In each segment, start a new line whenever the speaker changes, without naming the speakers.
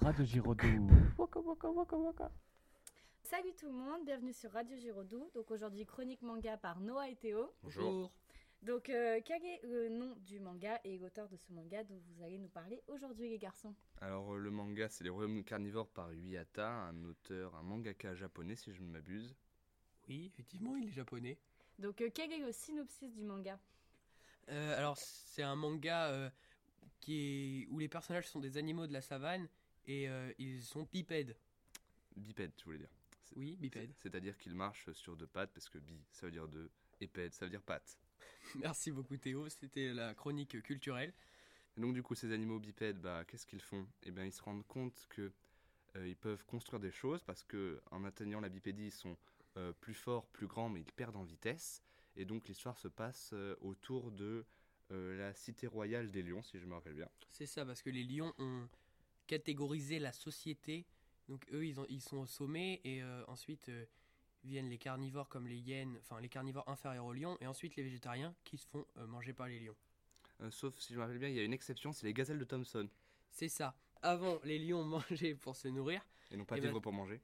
Radio Giraudoux. Waka, waka, waka, waka.
Salut tout le monde, bienvenue sur Radio Giraudoux. Donc aujourd'hui, chronique manga par Noah et Théo.
Bonjour.
Donc, euh, quel est le nom du manga et l'auteur de ce manga dont vous allez nous parler aujourd'hui, les garçons
Alors euh, le manga c'est Les Royaumes Carnivores par Yuiata, un auteur, un mangaka japonais si je ne m'abuse.
Oui, effectivement, il est japonais.
Donc, euh, quel est le synopsis du manga
Euh, alors, c'est un manga euh, qui est... où les personnages sont des animaux de la savane et euh, ils sont bipèdes.
Bipède je voulais dire.
Oui, bipèdes.
C'est- C'est-à-dire qu'il marche sur deux pattes parce que bi ça veut dire deux et pède ça veut dire pattes.
Merci beaucoup Théo, c'était la chronique culturelle.
Et donc du coup ces animaux bipèdes, bah, qu'est-ce qu'ils font Eh bien ils se rendent compte que euh, ils peuvent construire des choses parce que en atteignant la bipédie ils sont euh, plus forts, plus grands mais ils perdent en vitesse. Et donc l'histoire se passe euh, autour de euh, la cité royale des lions si je me rappelle bien.
C'est ça, parce que les lions ont catégorisé la société. Donc eux, ils, ont- ils sont au sommet et euh, ensuite euh, viennent les carnivores comme les hyènes, enfin les carnivores inférieurs aux lions et ensuite les végétariens qui se font euh, manger par les lions.
Euh, sauf si je me rappelle bien il y a une exception, c'est les gazelles de Thomson.
C'est ça. Avant, les lions mangeaient pour se nourrir.
Et bah non pas
Eh ben-
vivre pour manger.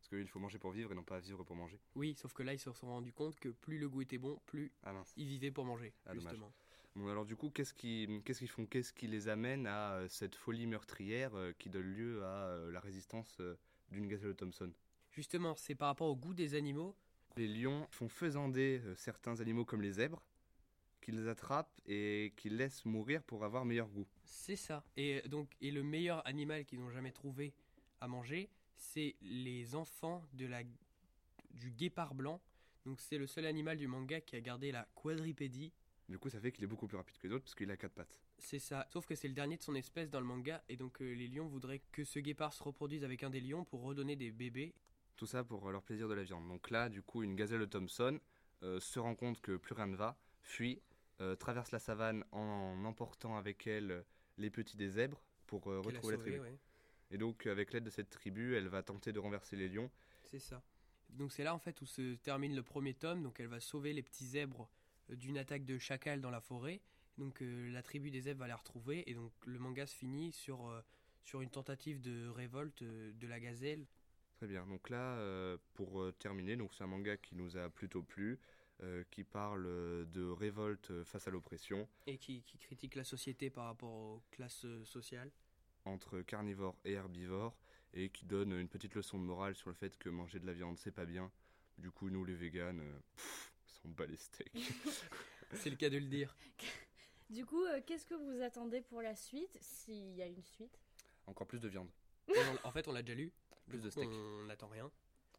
Parce qu'il faut manger pour vivre et non pas vivre pour manger.
Oui, sauf que là, ils se sont rendus compte que plus le goût était bon, plus
Ah mince.
ils vivaient pour manger,
Ah, dommage.
justement.
Bon, alors du coup, qu'est-ce qui- qu'est-ce qu'ils font Qu'est-ce qui les amène à euh, cette folie meurtrière euh, qui donne lieu à euh, la résistance euh, d'une gazelle de Thomson
Justement, c'est par rapport au goût des animaux.
Les lions font faisander euh, certains animaux comme les zèbres, qu'ils attrapent et qu'ils laissent mourir pour avoir meilleur goût.
C'est ça. Et euh, donc, et le meilleur animal qu'ils n'ont jamais trouvé à manger, c'est les enfants de la du guépard blanc. Donc, c'est le seul animal du manga qui a gardé la quadripédie.
Du coup, ça fait qu'il est beaucoup plus rapide que les autres parce qu'il a quatre pattes.
C'est ça. Sauf que c'est le dernier de son espèce dans le manga, et donc euh, les lions voudraient que ce guépard se reproduise avec un des lions pour redonner des bébés.
Tout ça pour euh, leur plaisir de la viande. Donc là, du coup, une gazelle de Thomson euh, se rend compte que plus rien ne va, fuit, euh, traverse la savane en emportant avec elle euh, les petits des zèbres pour euh,
qu'elle a
retrouver la
sauvés,
tribu.
ouais.
Et donc, avec l'aide de cette tribu, elle va tenter de renverser les lions.
C'est ça. Donc c'est là en fait où se termine le premier tome. Donc elle va sauver les petits zèbres euh, d'une attaque de chacal dans la forêt. Donc euh, la tribu des zèbres va les retrouver et donc le manga se finit sur, euh, sur une tentative de révolte euh, de la gazelle.
Très bien. Donc là, euh, pour euh, terminer, donc c'est un manga qui nous a plutôt plu, euh, qui parle euh, de révolte euh, face à l'oppression
Et qui, qui critique la société par rapport aux classes euh, sociales.
entre carnivores et herbivores, et qui donne une petite leçon de morale sur le fait que manger de la viande, c'est pas bien. Du coup, nous, les véganes, euh, pff, on s'en bat les steaks.
C'est le cas de le dire.
Du coup, euh, qu'est-ce que vous attendez pour la suite, s'il y a une suite
Encore plus de viande,
Et on- en fait on l'a déjà lu.
plus de
Donc,
steaks.
On n'attend rien.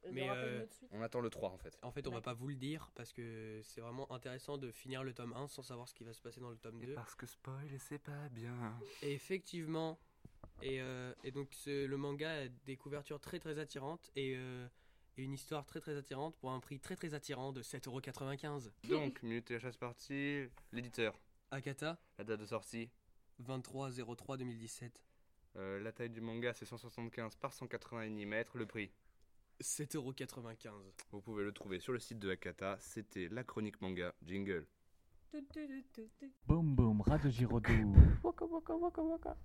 Euh,
Mais,
il y aura pas une
euh,
autre suite
On attend le 3, en fait.
En fait on va
Ouais.
pas vous le dire parce que c'est vraiment intéressant de finir le tome 1 sans savoir ce qui va se passer dans le tome 2.
parce que spoil, c'est pas bien.
Et effectivement. Et, euh, et donc ce- le manga a des couvertures très très attirantes et, euh, et une histoire très très attirante pour un prix très très attirant de 7,95€.
Donc, minute et la chasse partie, l'éditeur,
Akata,
la date de sortie,
23-03-2017.
euh, la taille du manga, c'est 175 par 180 mm, le prix.
7,95€.
Vous pouvez le trouver sur le site de Akata, c'était la chronique manga, jingle.
Tout, tout, tout, tout, tout.
Boum boum, Radio Giraudoux. Waka, waka, waka, waka.